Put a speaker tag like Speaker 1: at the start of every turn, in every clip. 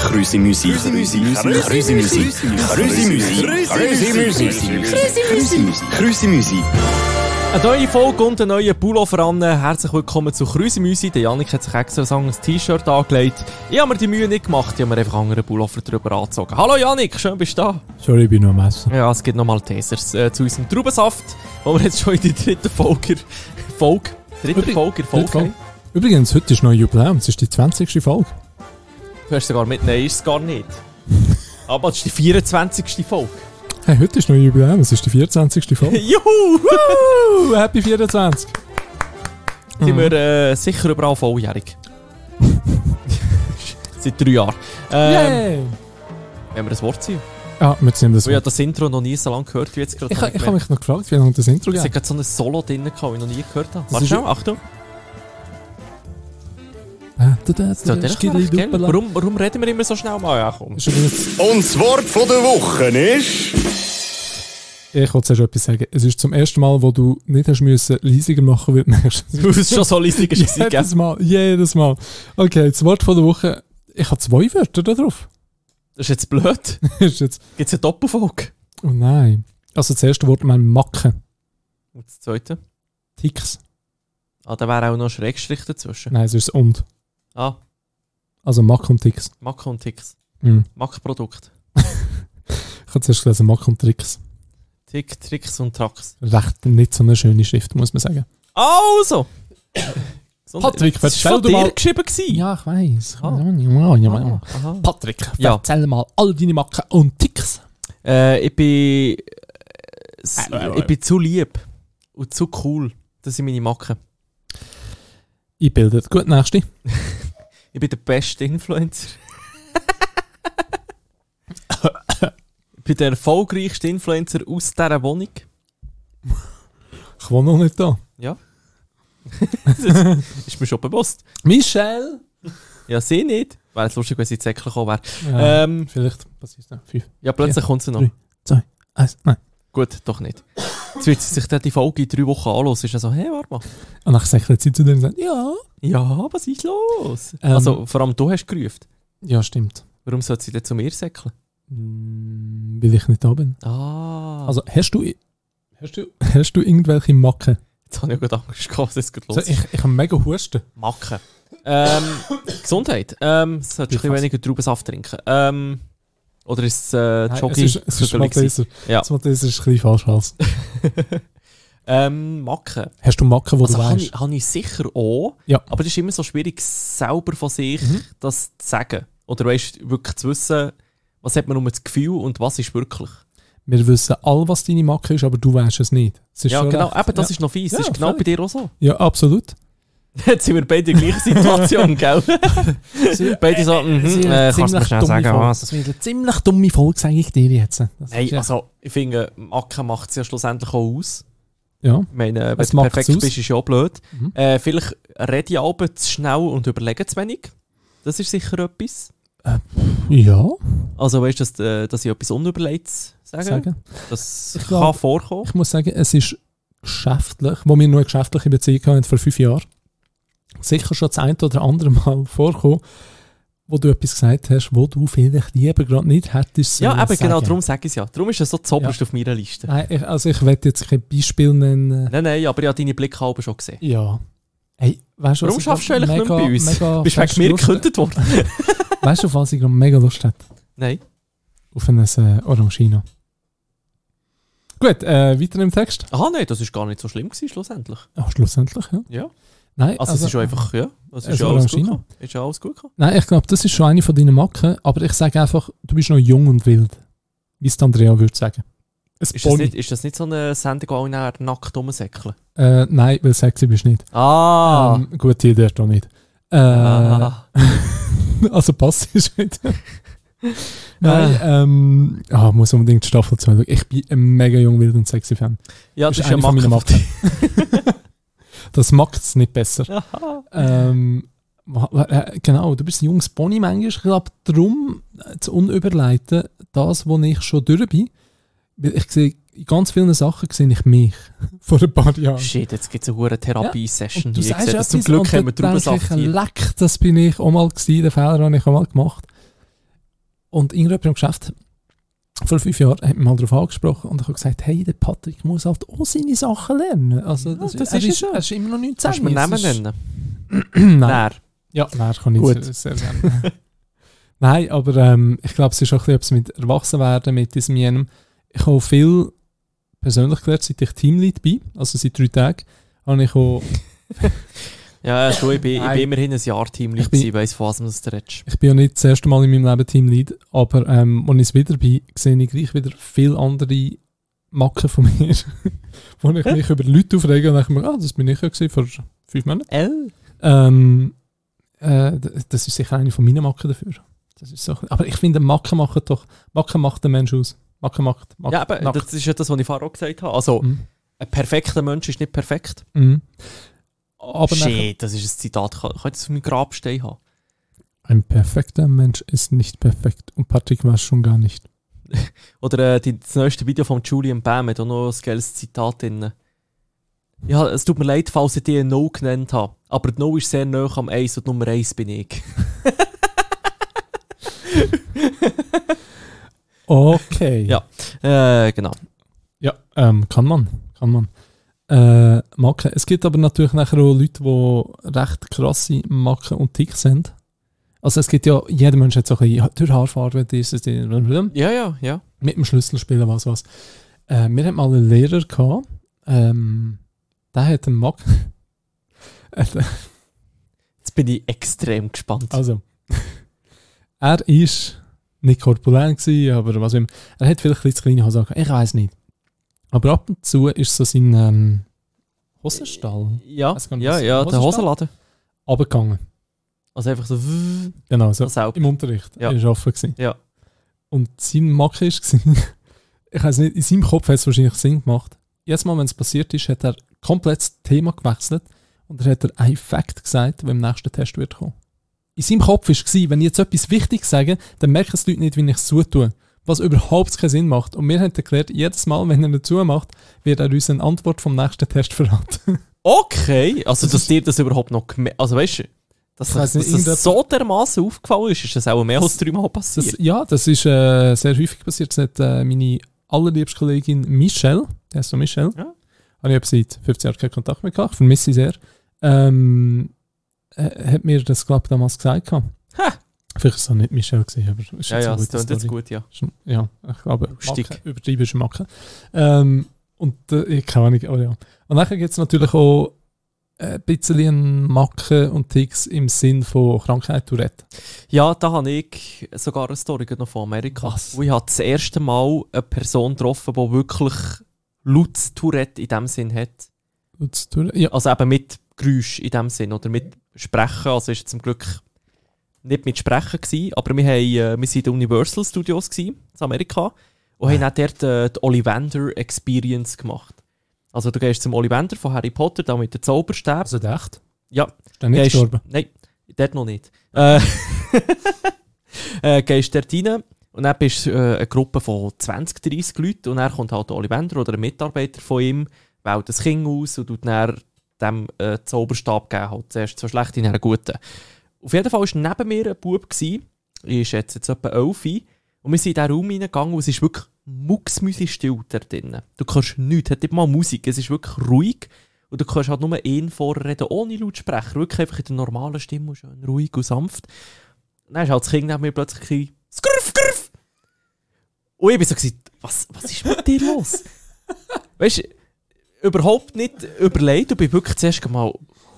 Speaker 1: Krüsi Musik. Krüsi Musik. Krüsi Musik. Krüsi Musik. Krüsi Musik. Krüsi Musik. Krüsi Musik.
Speaker 2: Eine neue Folge und einen neuen Pullover an. Herzlich willkommen zu Krüsemüsi. Der Janik hat sich extra so ein T-Shirt angelegt. Ich habe mir die Mühe nicht gemacht, ich habe mir einfach andere Pullover drüber angezogen. Hallo Janik, schön bist du da.
Speaker 3: Sorry, ich bin noch am Essen.
Speaker 2: Ja, es gibt nochmal Tasers äh, zu unserem Traubensaft, wo wir jetzt schon in die dritte Folge, Folge, dritte
Speaker 3: Übrig-
Speaker 2: Folge, Folge.
Speaker 3: Dritte Folge. Übrigens, heute ist noch ein Jubiläum. Es ist die 20. Folge.
Speaker 2: Du hast sogar mit, nein, ist es gar nicht. Aber es ist die 24. Folge.
Speaker 3: Hey, heute ist noch ein Jubiläum. Es ist die 24. Folge.
Speaker 2: Juhu! Uh,
Speaker 3: Woo, Happy 24.
Speaker 2: sind wir äh, sicher überall volljährig. Seit drei Jahren. Ähm, oh
Speaker 3: Yay!
Speaker 2: Wenn wir das Wort sind.
Speaker 3: Ah, wir sind das.
Speaker 2: Ich habe das Intro noch nie so lange gehört wie jetzt gerade.
Speaker 3: Ich,
Speaker 2: habe
Speaker 3: ich habe mich noch gefragt, wie lange das Intro
Speaker 2: Es hat
Speaker 3: geht.
Speaker 2: gerade so ein Solo drin, gehabt, das ich noch nie gehört habe. Warte
Speaker 3: ist-
Speaker 2: schnell, Achtung.
Speaker 3: Ah, da, da, da,
Speaker 2: So, der
Speaker 3: skidli,
Speaker 2: Knopf, gell?
Speaker 3: duppala.
Speaker 2: warum, warum reden wir immer so schnell mal? Ja, komm.
Speaker 3: Ist übrigens-
Speaker 1: Und das Wort von der Woche ist...
Speaker 3: Ich wollte zuerst etwas sagen. Es ist zum ersten Mal, wo du nicht hast müssen, leisiger machen wie merkst.
Speaker 2: Du bist schon so leisig, ist es
Speaker 3: Jedes Mal. Jedes Mal. Okay, das Wort von der Woche. Ich habe zwei Wörter da drauf.
Speaker 2: Das ist jetzt blöd.
Speaker 3: ist jetzt.
Speaker 2: Gibt es eine Doppelfolge?
Speaker 3: Oh nein. Also das erste Wort, mein Macken.
Speaker 2: Und das zweite?
Speaker 3: Ticks.
Speaker 2: Ah, da wäre auch noch ein Schrägstrich dazwischen.
Speaker 3: Nein, es ist und.
Speaker 2: Ah,
Speaker 3: Also Mack und Ticks.
Speaker 2: Mac und Tix.
Speaker 3: Mhm.
Speaker 2: Mac-Produkt.
Speaker 3: Ich habe zuerst gelesen, Mack und Tricks.
Speaker 2: Tick, Tricks und Tracks.
Speaker 3: Recht nicht so eine schöne Schrift, muss man sagen.
Speaker 2: Also! Gesundheit.
Speaker 3: Patrick,
Speaker 2: Das ist
Speaker 3: erzähl
Speaker 2: von
Speaker 3: du
Speaker 2: dir
Speaker 3: mal-
Speaker 2: geschrieben gewesen.
Speaker 3: ich weiß.
Speaker 2: Ah.
Speaker 3: Ah.
Speaker 2: Aha.
Speaker 3: Patrick,
Speaker 2: Ja.
Speaker 3: erzähl mal all deine Macken und Ticks.
Speaker 2: Äh, ich bin. Äh, s-
Speaker 3: Äh, äh,
Speaker 2: ich bin zu lieb und zu cool. Das sind meine Macken.
Speaker 3: Eingebildet. Gut, nächste.
Speaker 2: Ich bin der beste Influencer. ich bin der erfolgreichste Influencer aus dieser Wohnung.
Speaker 3: Ich wohne noch nicht da.
Speaker 2: Ist mir schon bewusst.
Speaker 3: Michelle!
Speaker 2: Ja, sie nicht. Wäre jetzt lustig, wenn sie jetzt gekommen wäre.
Speaker 3: Ja,
Speaker 2: Ähm,
Speaker 3: vielleicht, was ist da? Fünf,
Speaker 2: ja, plötzlich kommt sie noch.
Speaker 3: drei. eins, nein.
Speaker 2: Gut, doch nicht. Jetzt wird sie sich dann die Folge in drei Wochen anhören. Ist ja so, hey, warte mal.
Speaker 3: Und dann sagt sie zu dir und sagt, ja.
Speaker 2: Ja, was ist los?
Speaker 3: Ähm.
Speaker 2: also, vor allem du hast gerufen.
Speaker 3: Ja, stimmt.
Speaker 2: Warum sollte sie denn zu mir säckeln?
Speaker 3: Hm, Weil ich nicht da bin.
Speaker 2: Ah.
Speaker 3: Also, hast du, hast du, hast du irgendwelche Macken?
Speaker 2: Jetzt habe ich ja gerade Angst gehabt, dass es geht los.
Speaker 3: So, ich, ich habe mega Husten.
Speaker 2: Macken. Ähm, Gesundheit. Ähm, solltest du ein bisschen
Speaker 3: Bifas.
Speaker 2: weniger Traubensaft trinken. Ähm, oder ist es äh,
Speaker 3: Nein,
Speaker 2: Jockey?
Speaker 3: Es ist, es ist Malteser.
Speaker 2: Ja.
Speaker 3: Das Malteser ist ein bisschen falsch. Hals.
Speaker 2: ähm, Macken.
Speaker 3: Hast du Macken, wo
Speaker 2: Also
Speaker 3: du
Speaker 2: habe
Speaker 3: weißt?
Speaker 2: ich, habe ich sicher auch,
Speaker 3: Ja.
Speaker 2: aber das ist immer so schwierig, selber von sich
Speaker 3: Mhm.
Speaker 2: das zu sagen. Oder weißt du, wirklich zu wissen, was hat man um das Gefühl und was ist wirklich.
Speaker 3: Wir wissen all, was deine Macke ist, aber du weißt es nicht. Es ist
Speaker 2: ja,
Speaker 3: schon
Speaker 2: genau.
Speaker 3: recht.
Speaker 2: Eben, das
Speaker 3: ja.
Speaker 2: ist noch fies.
Speaker 3: Ja,
Speaker 2: das ist genau
Speaker 3: völlig.
Speaker 2: bei dir auch so.
Speaker 3: ja, absolut.
Speaker 2: Jetzt sind wir beide in der gleichen Situation, gell?
Speaker 3: Sie-
Speaker 2: beide so, mhm,
Speaker 3: Sie-
Speaker 2: äh, kannst du mir
Speaker 3: ziemlich
Speaker 2: schnell
Speaker 3: dumme
Speaker 2: sagen,
Speaker 3: Folge.
Speaker 2: was
Speaker 3: Das wird eine ziemlich dumme Folge, sage ich dir jetzt. Das
Speaker 2: Nein,
Speaker 3: ist ja-
Speaker 2: also ich finde, Macke macht es ja schlussendlich auch aus.
Speaker 3: Ja,
Speaker 2: Ich meine, wenn
Speaker 3: Es
Speaker 2: du
Speaker 3: macht's
Speaker 2: perfekt
Speaker 3: aus.
Speaker 2: bist, ist ja auch blöd.
Speaker 3: Mhm.
Speaker 2: Äh, vielleicht rede ich aber zu schnell und überlege zu wenig. Das ist sicher etwas.
Speaker 3: ja
Speaker 2: Also weißt du, dass, äh, dass ich etwas Unüberlegtes sage?
Speaker 3: sagen.
Speaker 2: Das
Speaker 3: Ich
Speaker 2: kann
Speaker 3: glaub-
Speaker 2: vorkommen.
Speaker 3: Ich muss sagen, es ist geschäftlich, wo wir noch eine geschäftliche Beziehung hatten vor fünf Jahren, sicher schon das ein oder andere Mal vorkommen, wo du etwas gesagt hast, wo du vielleicht lieber gerade nicht hättest
Speaker 2: Ja,
Speaker 3: sollen
Speaker 2: eben genau,
Speaker 3: sagen.
Speaker 2: darum sage ich es ja. Darum ist es so zoberst auf meiner Liste.
Speaker 3: Nein, ich, also ich werde jetzt kein Beispiel nennen.
Speaker 2: Nein, nein, aber ich habe deine Blicke halber schon gesehen.
Speaker 3: Ja. Hey, weißt du,
Speaker 2: Warum
Speaker 3: was ich
Speaker 2: schaffst du
Speaker 3: grad
Speaker 2: eigentlich nicht mehr
Speaker 3: mega-
Speaker 2: bei uns?
Speaker 3: Mega
Speaker 2: Bist du
Speaker 3: fest
Speaker 2: wegen mir
Speaker 3: Lust-
Speaker 2: gekündigt worden?
Speaker 3: Weißt du, auf was ich gerade mega Lust habe?
Speaker 2: nein.
Speaker 3: Auf ein äh, Orangino. Gut, äh, weiter im Text.
Speaker 2: Aha, Ah, nein, das ist gar nicht so schlimm gewesen, schlussendlich.
Speaker 3: Ah, schlussendlich, ja.
Speaker 2: Ja.
Speaker 3: Nein,
Speaker 2: Also, es ist ja einfach, ja, es
Speaker 3: Es
Speaker 2: ist ja
Speaker 3: war
Speaker 2: alles gut
Speaker 3: China.
Speaker 2: gekommen. Ist ja alles gut gekommen.
Speaker 3: Nein, ich glaube, das ist schon eine von deinen Macken, aber ich sage einfach, du bist noch jung und wild. Wie es die Andrea würde sagen. Ein
Speaker 2: Ist das,
Speaker 3: Pony.
Speaker 2: nicht, ist das nicht so eine Sendung, wo alle nachher nackt rumsäckeln?
Speaker 3: Äh, nein, weil sexy bist du nicht.
Speaker 2: Ah!
Speaker 3: Ähm, gut, die dort auch nicht. Äh,
Speaker 2: ah.
Speaker 3: Also passt ist nicht. Nein, ähm, ah, muss unbedingt die Staffel 2 schauen. Ich bin ein mega jung, wild und sexy Fan.
Speaker 2: Ja, das ist ja
Speaker 3: eine von
Speaker 2: Macke.
Speaker 3: meinen Macken. das macht es nicht besser.
Speaker 2: Aha.
Speaker 3: Ähm, wa- wa- äh, genau, du bist ein junges Pony manchmal. Ich glaube, darum äh, zu unüberleiten, das, wo ich schon durch bin, weil ich sehe, in ganz vielen Sachen sehe ich mich vor ein paar Jahren.
Speaker 2: Ah. Shit, jetzt gibt es eine hohe Therapie-Session.
Speaker 3: Und du
Speaker 2: hier. Ich
Speaker 3: sagst
Speaker 2: sehe das
Speaker 3: etwas
Speaker 2: zum Glück
Speaker 3: und
Speaker 2: haben wir
Speaker 3: dann
Speaker 2: drüber
Speaker 3: denke ich,
Speaker 2: Saft hier.
Speaker 3: leck, das bin ich auch mal gewesen, den Fehler habe ich auch mal gemacht. Und irgendjemand im Geschäft vor fünf Jahren hat mich mal darauf angesprochen und ich habe gesagt, hey, der Patrick muss halt auch seine Sachen lernen. Also, das,
Speaker 2: das
Speaker 3: er,
Speaker 2: ist
Speaker 3: ist,
Speaker 2: ja so.
Speaker 3: er ist immer noch 19.
Speaker 2: Kannst du mir
Speaker 3: Es
Speaker 2: Namen
Speaker 3: ist-
Speaker 2: nennen?
Speaker 3: Nein.
Speaker 2: Nein.
Speaker 3: Ja, nein, kann ich
Speaker 2: Gut.
Speaker 3: sehr- sehr gerne. nein, aber ähm, ich glaube, es ist auch ein bisschen etwas mit Erwachsenwerden, mit diesem jenem. Ich habe viel persönlich gelernt, seit ich Teamlead bin, also seit drei Tagen, habe ich auch
Speaker 2: Ja, ja, schon, ich bin, ich
Speaker 3: Nein.
Speaker 2: bin immerhin ein Jahr Teamlead
Speaker 3: Ich bin-
Speaker 2: gewesen, ich weiss, von was man das redest.
Speaker 3: Ich bin ja nicht das erste Mal in meinem Leben Teamlead, aber ähm, als ich es wieder bin, sehe ich gleich wieder viele andere Macken von mir, wo ich mich über Leute aufrege und denke mir, ah, das bin ich ja gewesen vor fünf Monaten.
Speaker 2: L?
Speaker 3: Ähm, äh, d- das ist sicher eine von meinen Macken dafür. Das ist so, aber ich finde, Macken machen doch, Macken macht den Mensch aus. Macken macht, Macken,
Speaker 2: Ja, aber
Speaker 3: macht.
Speaker 2: das ist ja das, was ich vorher auch gesagt habe. Also,
Speaker 3: Mhm.
Speaker 2: ein perfekter Mensch ist nicht perfekt.
Speaker 3: Mhm. Aber nachher,
Speaker 2: Shit, das ist ein Zitat. Kann- Kannst du es auf meinem Grabstein haben?
Speaker 3: ein perfekter Mensch ist nicht perfekt und Patrick war es schon gar nicht.
Speaker 2: Oder äh, die, das neueste Video von Julian Bam hat auch noch ein geiles Zitat drin. Ja, es tut mir leid, falls ich dir No genannt habe. Aber die No ist sehr nah am Eis und Nummer 1 bin ich.
Speaker 3: Okay.
Speaker 2: Äh, genau.
Speaker 3: Ja, ähm, kann man. Kann man. Äh, Macken. Es gibt aber natürlich nachher auch Leute, die recht krasse Macken und Ticks sind. Also es gibt ja, jeder Mensch hat so ein bisschen durch Haarfarbe, dieses, dieses,
Speaker 2: Ja, ja, ja.
Speaker 3: mit dem Schlüssel spielen, was, was. Äh, wir hatten mal einen Lehrer gehabt, ähm, der hat einen Äh, Mack.
Speaker 2: Jetzt bin ich extrem gespannt.
Speaker 3: Also, er ist nicht korpulent gewesen, aber was auch immer. Er hat vielleicht ein bisschen zu kleine Hosen gehabt. Ich weiß nicht. Aber ab und zu ist so sein ähm, Hosenstall
Speaker 2: ja,
Speaker 3: weiss gar nicht,
Speaker 2: ja,
Speaker 3: was-
Speaker 2: ja,
Speaker 3: was
Speaker 2: der
Speaker 3: ist
Speaker 2: Hosenladen.
Speaker 3: runtergegangen.
Speaker 2: Also einfach so, wff,
Speaker 3: Genau, so
Speaker 2: das Haupt.
Speaker 3: im Unterricht.
Speaker 2: Ja.
Speaker 3: Er war offen. Gewesen.
Speaker 2: Ja.
Speaker 3: Und sein Macke war, ich weiß nicht, in seinem Kopf hat es wahrscheinlich Sinn gemacht. Jedes Mal, wenn es passiert ist, hat er komplett das Thema gewechselt und dann hat er einen Fakt gesagt, der im nächsten Test wird kommen. In seinem Kopf war es, wenn ich jetzt etwas Wichtiges sage, dann merken es die Leute nicht, wie ich es zutue. Was überhaupt keinen Sinn macht. Und wir haben erklärt, jedes Mal, wenn er dazu macht, wird er uns eine Antwort vom nächsten Test verraten.
Speaker 2: Okay, also
Speaker 3: Das
Speaker 2: dass
Speaker 3: ist-
Speaker 2: dir das überhaupt noch gemerkt Also weißt du, dass,
Speaker 3: Ich
Speaker 2: dass
Speaker 3: weiss nicht,
Speaker 2: das so dermaßen aufgefallen ist, ist das auch mehr als dreimal passiert.
Speaker 3: Das, ja, das ist äh, sehr häufig passiert. Das hat äh, meine allerliebste Kollegin Michelle, die heißt so Michelle,
Speaker 2: Ja.
Speaker 3: habe ich etwa seit 15 Jahren keinen Kontakt mehr gehabt, ich vermisse sie sehr, ähm, äh, hat mir das, glaube ich, damals gesagt. gehabt.
Speaker 2: Ha!
Speaker 3: Vielleicht war es auch nicht Michelle, gewesen, aber es ist
Speaker 2: ja,
Speaker 3: jetzt
Speaker 2: ja, das
Speaker 3: eine gute
Speaker 2: klingt jetzt
Speaker 3: Story.
Speaker 2: gut, ja.
Speaker 3: Ist- Ja, ich glaube,
Speaker 2: Lustig.
Speaker 3: Macke, übertrieben ist Macke. Ähm, und äh, ich- keine Ahnung, aber ja. Und nachher gibt es natürlich auch äh, ein bisschen Macken und Ticks im Sinn von Krankheit Tourette.
Speaker 2: Ja, da habe ich sogar eine Story gerade noch von Amerika.
Speaker 3: Was?
Speaker 2: Wo ich habe das erste Mal eine Person getroffen, die wirklich Lutz Tourette in dem Sinn hat.
Speaker 3: Und Tourette- Ja,
Speaker 2: Also eben mit Geräusch in dem Sinn oder mit Sprechen. Also ist zum Glück nicht mit Sprechen gewesen, aber wir, haben, äh, wir sind in den Universal Studios gewesen, in Amerika und haben auch dort äh, die Ollivander Experience gemacht. Also du gehst zum Ollivander von Harry Potter, da mit den Zauberstab.
Speaker 3: also echt.
Speaker 2: Ja,
Speaker 3: Ist der nicht
Speaker 2: Gehst-
Speaker 3: gestorben?
Speaker 2: Nein, dort noch nicht. Äh, äh, gehst dort rein und dann bist du äh, eine Gruppe von 20, 30 Leuten und dann kommt halt der Ollivander oder ein Mitarbeiter von ihm, wählt das Kind aus und tut dann dem äh, Zauberstab geben. Halt zuerst zwei schlechte, dann einen guten. Auf jeden Fall war neben mir ein Bub, gewesen. ich ist jetzt, jetzt etwa 11 und wir sind in diesen Raum reingegangen und es ist wirklich mucksmäuschenstill da drin. Du kannst nichts, hat nicht mal Musik, es ist wirklich ruhig. Und du kannst halt nur einen vorreden, ohne Lautsprecher. Wirklich einfach in der normalen Stimme, und schön ruhig und sanft. Und dann ist halt das Kind neben mir plötzlich ein bisschen «Skrrf, grrf!» Und ich bin so gesagt, was, was ist mit dir los? weißt du, überhaupt nicht überlegt. Ich bin wirklich zuerst mal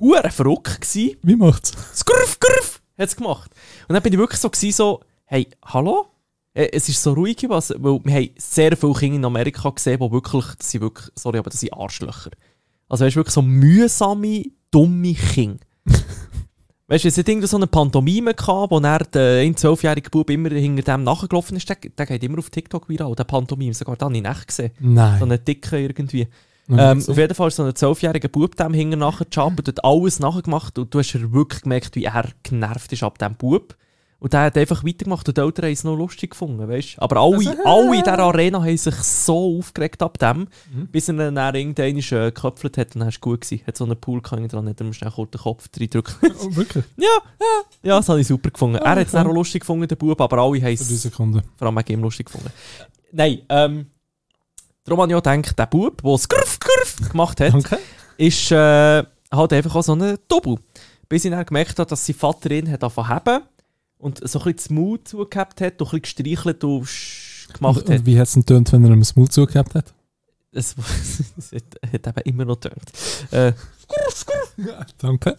Speaker 2: hure verrückt gewesen.
Speaker 3: Wie macht's?
Speaker 2: Skrrf, grrf, hat's gemacht. Und dann bin ich wirklich so, gewesen, so hey, hallo? Äh, Es ist so ruhig, was, weil wir haben sehr viele Kinder in Amerika gesehen, die wirklich, das sind wirklich, sorry, aber das sind Arschlöcher. Also weißt du, wirklich so mühsame, dumme Kinder. weißt du, es hat irgendwie so eine Pantomime gehabt, wo dann der ein zwölfjährige Bub immer hinter dem nachgelaufen ist, der, der geht immer auf TikTok viral, der Pantomime, sogar da habe ich nicht gesehen.
Speaker 3: Nein.
Speaker 2: So einen dicken irgendwie. Ähm,
Speaker 3: Noch nicht
Speaker 2: auf
Speaker 3: gesehen.
Speaker 2: jeden Fall ist so ein zwölfjähriger Bub dem hinger nachher gejumpt und hat alles nachgemacht und du hast wirklich gemerkt, wie er genervt ist ab diesem Bub. Und der hat einfach weitergemacht und die Eltern haben es noch lustig gefunden, weißt du? Aber alle, alle in dieser Arena haben sich so aufgeregt ab dem, bis er ihn dann irgendwann äh, geköpfelt hat und dann ist es gut gewesen. Hat so einen Pool gehangen dran, hat er ihm schnell kurz den Kopf reindrücken.
Speaker 3: Oh, wirklich?
Speaker 2: ja, ja, ja, das habe ich super gefunden. Er hat es dann auch lustig gefunden, der Bub, aber alle haben
Speaker 3: Drei
Speaker 2: es
Speaker 3: Sekunden.
Speaker 2: vor allem auch ihm lustig gefunden. Nein, ähm, darum habe ich auch gedacht, der Bub, der es grf, grf gemacht hat,
Speaker 3: Danke.
Speaker 2: ist äh, halt einfach auch so ein Double. Bis ich dann gemerkt habe, dass sein Vater ihn hat angefangen zu haben und so ein bisschen den Mut zugehabt hat, und ein bisschen gestreichelt und sch- gemacht
Speaker 3: Und,
Speaker 2: hat.
Speaker 3: und wie hat es denn getönt, wenn er ihm das Maul zugehabt hat?
Speaker 2: Es, es hat, hat eben immer noch getönt. Äh,
Speaker 3: Danke.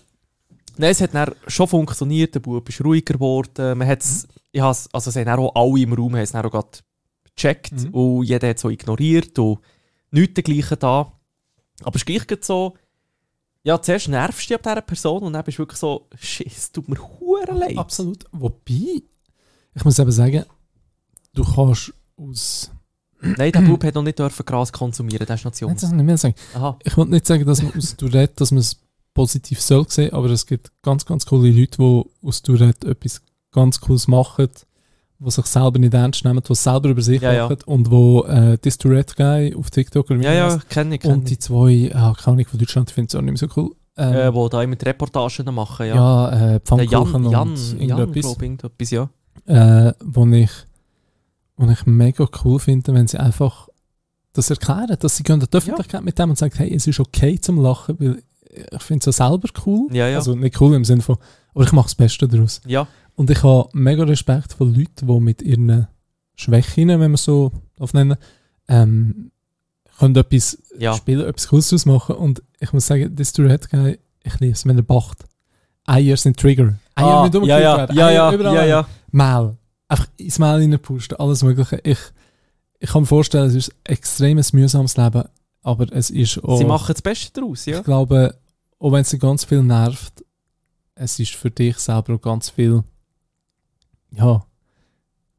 Speaker 2: nein, es hat dann schon funktioniert, der Bub ist ruhiger geworden. Eh, Man hat's, ich has, also es haben dann auch alle im Raum haben es dann auch gerade gecheckt
Speaker 3: Mhm.
Speaker 2: und jeder hat es so ignoriert und nichts dergleichen da. Aber es ist gleich gerade so, ja, zuerst nervst du dich ab dieser Person und dann bist du wirklich so, shit, es tut mir hure leid.
Speaker 3: Absolut. Wobei, ich muss eben sagen, du kannst aus.
Speaker 2: Nein, der Bub hat noch nicht dürfen Gras konsumieren, der ist noch zu
Speaker 3: Nein,
Speaker 2: jung.
Speaker 3: das kann ich nicht mehr sagen.
Speaker 2: Aha.
Speaker 3: Ich wollte nicht sagen, dass man aus Tourette, dass man es positiv soll sehen, aber es gibt ganz, ganz coole Leute, die aus Tourette etwas ganz Cooles machen, die sich selber nicht ernst nehmen, die es selber über sich
Speaker 2: Ja, ja.
Speaker 3: machen und wo äh, das Tourette-Guy auf TikTok oder wie
Speaker 2: Ja,
Speaker 3: er
Speaker 2: ja,
Speaker 3: heisst,
Speaker 2: kenne ich, kenn
Speaker 3: und
Speaker 2: ich.
Speaker 3: die zwei, ah, keine Ahnung, von Deutschland, ich finde es auch nicht mehr so cool. Ähm,
Speaker 2: Äh, wo da immer die Reportagen machen, ja.
Speaker 3: ja, äh,
Speaker 2: der Jan,
Speaker 3: Pfannkuchen
Speaker 2: Jan,
Speaker 3: und
Speaker 2: Jan,
Speaker 3: irgendetwas.
Speaker 2: glaube ich, irgendetwas, ja.
Speaker 3: äh, wo ich, wo ich mega cool finde, wenn sie einfach das erklären, dass sie gehen an die Öffentlichkeit mit dem und sagen, hey, es ist okay zum Lachen, weil ich finde es ja selber cool.
Speaker 2: Ja, ja.
Speaker 3: Also nicht cool im Sinne von, aber ich mache das Beste daraus.
Speaker 2: Ja,
Speaker 3: Und ich habe mega Respekt vor Leuten, die mit ihren Schwächen, wenn man so aufnehmen, ähm, können etwas
Speaker 2: ja.
Speaker 3: spielen, etwas Cooles daraus machen. Und ich muss sagen, das Tourette Guy, ich liebe es, wenn er bacht. Eier sind Trigger. Eier
Speaker 2: Ah,
Speaker 3: nicht
Speaker 2: ja,
Speaker 3: umgekehrt
Speaker 2: ja,
Speaker 3: werden.
Speaker 2: ja,
Speaker 3: Eier
Speaker 2: ja,
Speaker 3: überall
Speaker 2: ja,
Speaker 3: hin.
Speaker 2: ja.
Speaker 3: Mehl. Einfach ins Mehl reinpusten, alles Mögliche. Ich, ich kann mir vorstellen, es ist ein extremes mühsames Leben, aber es ist auch,
Speaker 2: Sie machen das Beste daraus, ja.
Speaker 3: ich glaube, auch wenn es dir ganz viel nervt, es ist für dich selber auch ganz viel, ja,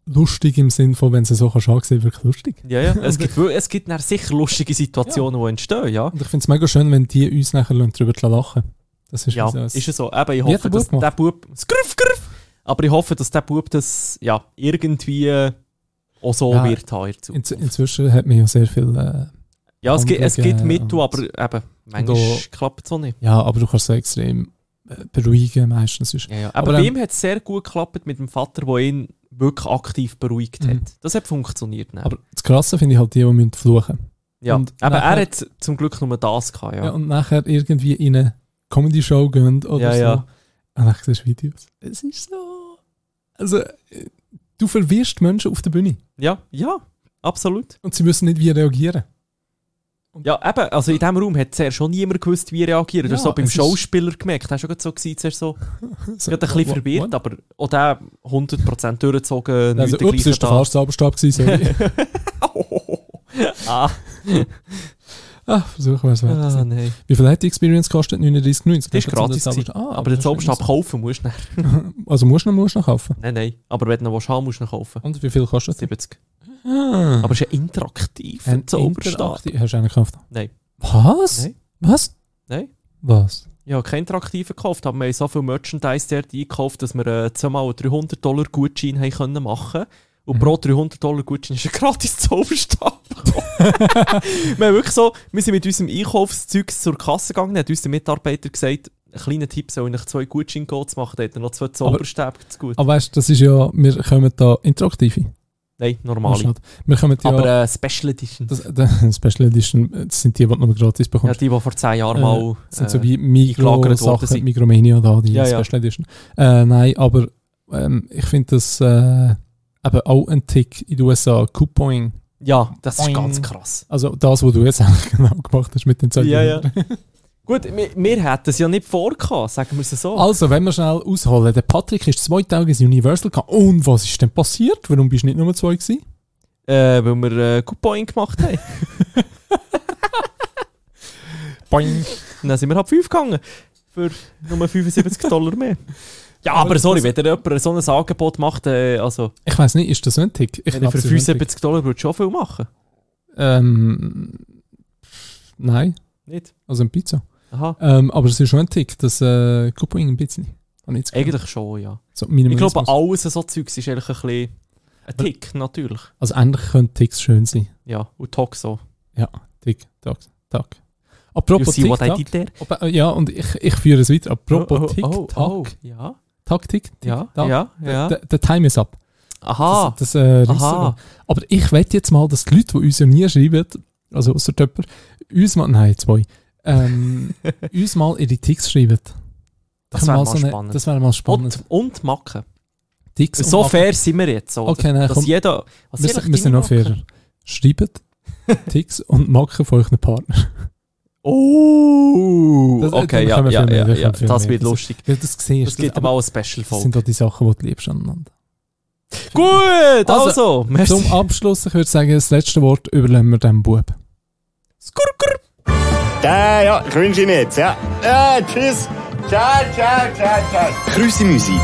Speaker 3: lustig im Sinn von, wenn du es so kannst ansehen, wirklich lustig.
Speaker 2: Ja, ja. Es gibt, es gibt dann sicher lustige Situationen, die entstehen, ja.
Speaker 3: Und ich finde es mega schön, wenn die uns nachher darüber lachen lassen. Das ist
Speaker 2: Ja,
Speaker 3: so ein-
Speaker 2: ist es so. Eben, ich
Speaker 3: Wie hat
Speaker 2: hoffe,
Speaker 3: der Bub
Speaker 2: dass der Bub... Skruff, skruff! Aber ich hoffe, dass der Bub das, ja, irgendwie äh, auch so
Speaker 3: Ja,
Speaker 2: wird haben in der
Speaker 3: in,
Speaker 2: Zukunft.
Speaker 3: inzwischen hat man ja sehr viel... Äh,
Speaker 2: Ja, es gibt, es
Speaker 3: Handlungen
Speaker 2: gibt Mittel,
Speaker 3: und-
Speaker 2: aber eben, manchmal
Speaker 3: Da-
Speaker 2: klappt es auch nicht.
Speaker 3: ja, aber du kannst so extrem äh, beruhigen meistens. Ist,
Speaker 2: Ja, ja.
Speaker 3: Aber
Speaker 2: Aber, bei
Speaker 3: dann-
Speaker 2: ihm hat es sehr gut geklappt mit dem Vater, der ihn wirklich aktiv beruhigt
Speaker 3: Mhm.
Speaker 2: hat. Das hat funktioniert. Dann.
Speaker 3: Aber das Krasse finde ich halt die, die müssen fluchen
Speaker 2: ja.
Speaker 3: und
Speaker 2: Aber
Speaker 3: nachher-
Speaker 2: er hat zum Glück nur das gehabt, ja.
Speaker 3: Ja. Und nachher irgendwie in eine Comedy-Show gehen
Speaker 2: Ja,
Speaker 3: oder so. Ah,
Speaker 2: ja.
Speaker 3: Und dann siehst du Videos. Es ist so... Also, äh, du verwirrst Menschen auf der Bühne.
Speaker 2: Ja, ja, absolut.
Speaker 3: Und sie wissen nicht, wie reagieren.
Speaker 2: Ja, eben, also in diesem Raum hat zuerst schon niemand gewusst, wie reagieren. Du
Speaker 3: Ja,
Speaker 2: hast so beim
Speaker 3: es ist-
Speaker 2: Schauspieler gemerkt. Hast du schon so gesehen, zuerst so,
Speaker 3: So,
Speaker 2: gerade ein bisschen
Speaker 3: wo- wo-
Speaker 2: verwirrt, aber auch der 100% durchgezogen,
Speaker 3: Also,
Speaker 2: nichts
Speaker 3: ups, ist der
Speaker 2: dergleichen
Speaker 3: falsche Zauberstab gewesen, sorry.
Speaker 2: da. ah,
Speaker 3: Ach, versuchen wir es wert.
Speaker 2: ah, nein.
Speaker 3: Wie viel hat die Experience gekostet? 39,90?
Speaker 2: Das war gratis.
Speaker 3: Zauberstab-
Speaker 2: gewesen.
Speaker 3: Ah,
Speaker 2: aber den
Speaker 3: das ist
Speaker 2: Zauberstab kaufen musst du nicht.
Speaker 3: schön. Also musst du ihn musst du noch kaufen.
Speaker 2: Nein, nein. Aber wenn du ihn willst haben musst du ihn kaufen.
Speaker 3: Und wie viel kostet er?
Speaker 2: 70.
Speaker 3: Ah,
Speaker 2: Aber es ist ein interaktiver
Speaker 3: ein
Speaker 2: Zauberstab.
Speaker 3: interaktiv- Hast du einen gekauft?
Speaker 2: Nein.
Speaker 3: Was?
Speaker 2: Nein.
Speaker 3: Was?
Speaker 2: Nein.
Speaker 3: Was?
Speaker 2: Ich habe keinen interaktiven gekauft, aber wir haben so viel Merchandise dort eingekauft, dass wir äh, zweimal einen 300 Dollar Gutschein haben können machen Und
Speaker 3: Mhm.
Speaker 2: pro 300 Dollar Gutschein ist ein gratis Zauberstab. wir haben wirklich so, wir sind mit unserem Einkaufszeug zur Kasse gegangen, hat uns der Mitarbeiter gesagt, ein kleiner Tipp, soll ich euch zwei Gutscheine zu machen, da hat er noch zwei Zauberstäbe zu gut.
Speaker 3: Aber weißt du, das ist ja, wir kommen da interaktive.
Speaker 2: Nein, normale.
Speaker 3: Schade. Wir kommen ja,
Speaker 2: Aber äh, Special Edition.
Speaker 3: das, das Special Edition, das sind die, die du nur gratis
Speaker 2: ja,
Speaker 3: bekommst.
Speaker 2: die, die vor 10 Jahren
Speaker 3: Äh,
Speaker 2: mal...
Speaker 3: das sind so
Speaker 2: äh,
Speaker 3: wie
Speaker 2: eingelagert worden
Speaker 3: Migro-Sachen,
Speaker 2: sind.
Speaker 3: Migromania da, die
Speaker 2: Ja, ja.
Speaker 3: Special Edition. Äh, nein, aber ähm, ich finde das äh, eben auch ein Tick in den USA, Couponing.
Speaker 2: ja, das ist
Speaker 3: Boing.
Speaker 2: ganz krass.
Speaker 3: Also das, was du jetzt eigentlich genau gemacht hast mit den zwei
Speaker 2: Ja, ja.
Speaker 3: Kindern.
Speaker 2: Gut, wir, wir hätten es ja nicht vorgehabt, sagen wir es so.
Speaker 3: Also, wenn wir schnell ausholen, der Patrick ist zwei Tage in Universal gegangen. Und was ist denn passiert? Warum bist du nicht nur zwei gewesen?
Speaker 2: Äh, weil wir äh, Coupon gemacht haben.
Speaker 3: Boing.
Speaker 2: Und dann sind wir halb fünf gegangen. Für nur 75 Dollar mehr. Ja, aber sorry, wenn dir jemand so ein Angebot macht, äh, also
Speaker 3: Ich weiß nicht, ist das so ein Tick? Ich
Speaker 2: wenn ich
Speaker 3: glaub,
Speaker 2: für
Speaker 3: das ist so ein Tick.
Speaker 2: 75 Dollar würde schon viel machen.
Speaker 3: Ähm, nein,
Speaker 2: Nicht?
Speaker 3: also eine Pizza.
Speaker 2: Aha.
Speaker 3: Ähm, aber es ist schon ein Tick, das äh, Couponing ein bisschen. Habe ich jetzt gehört.
Speaker 2: Eigentlich schon, ja.
Speaker 3: So,
Speaker 2: Ich glaube,
Speaker 3: Minimalismus.
Speaker 2: alles so Zeugs ist eigentlich ein bisschen ein Tick, natürlich.
Speaker 3: also endlich können Ticks schön sein.
Speaker 2: Ja, und Talk so.
Speaker 3: Tick, Tack, Tack.
Speaker 2: You
Speaker 3: Apropos
Speaker 2: see
Speaker 3: Tick,
Speaker 2: what I
Speaker 3: Tack.
Speaker 2: did there?
Speaker 3: Aber, äh, Ja, und ich, ich führe es weiter. Apropos
Speaker 2: Oh, oh,
Speaker 3: Tick,
Speaker 2: oh,
Speaker 3: Tack.
Speaker 2: oh, Ja,
Speaker 3: Tack, Tick, Tick,
Speaker 2: ja,
Speaker 3: Tack.
Speaker 2: ja, ja.
Speaker 3: Der, der Time is up.
Speaker 2: Aha,
Speaker 3: Das, das, äh,
Speaker 2: aha.
Speaker 3: Aha. Aber ich wette jetzt mal, dass die Leute, die uns ja nie schreiben, also außer Töpper, uns mal, nein, zwei, ähm, uns mal ihre Ticks schreiben.
Speaker 2: Das wäre mal
Speaker 3: so eine-
Speaker 2: spannend.
Speaker 3: Das wäre mal spannend.
Speaker 2: Und, und Macken.
Speaker 3: Ticks und
Speaker 2: So
Speaker 3: Macken.
Speaker 2: fair sind wir jetzt. So,
Speaker 3: Okay, nein,
Speaker 2: dass
Speaker 3: komm.
Speaker 2: jeder, was sind
Speaker 3: Wir, sind-
Speaker 2: eigentlich
Speaker 3: wir sind
Speaker 2: deine
Speaker 3: noch fairer. Schreibt Ticks und Macken von euren Partner.
Speaker 2: Oh,
Speaker 3: Das- äh,
Speaker 2: okay,
Speaker 3: dann
Speaker 2: ja,
Speaker 3: können wir
Speaker 2: ja,
Speaker 3: viel mehr,
Speaker 2: ja,
Speaker 3: wir
Speaker 2: ja.
Speaker 3: können viel
Speaker 2: das
Speaker 3: mehr.
Speaker 2: wird
Speaker 3: Das-
Speaker 2: lustig.
Speaker 3: Weil du das siehst.
Speaker 2: Das gibt
Speaker 3: aber
Speaker 2: mal eine
Speaker 3: das sind
Speaker 2: Special-Folge.
Speaker 3: doch die Sachen, die du liebst aneinander.
Speaker 2: Gut, also, merci.
Speaker 3: Zum Abschluss, ich würde sagen, das letzte Wort überlassen wir dem Bub.
Speaker 1: Äh, Ja, Äh, ja, ich wünsche Ihnen jetzt, ja. Ja, tschüss. Ciao, ciao, ciao, ciao. Grüße Musik.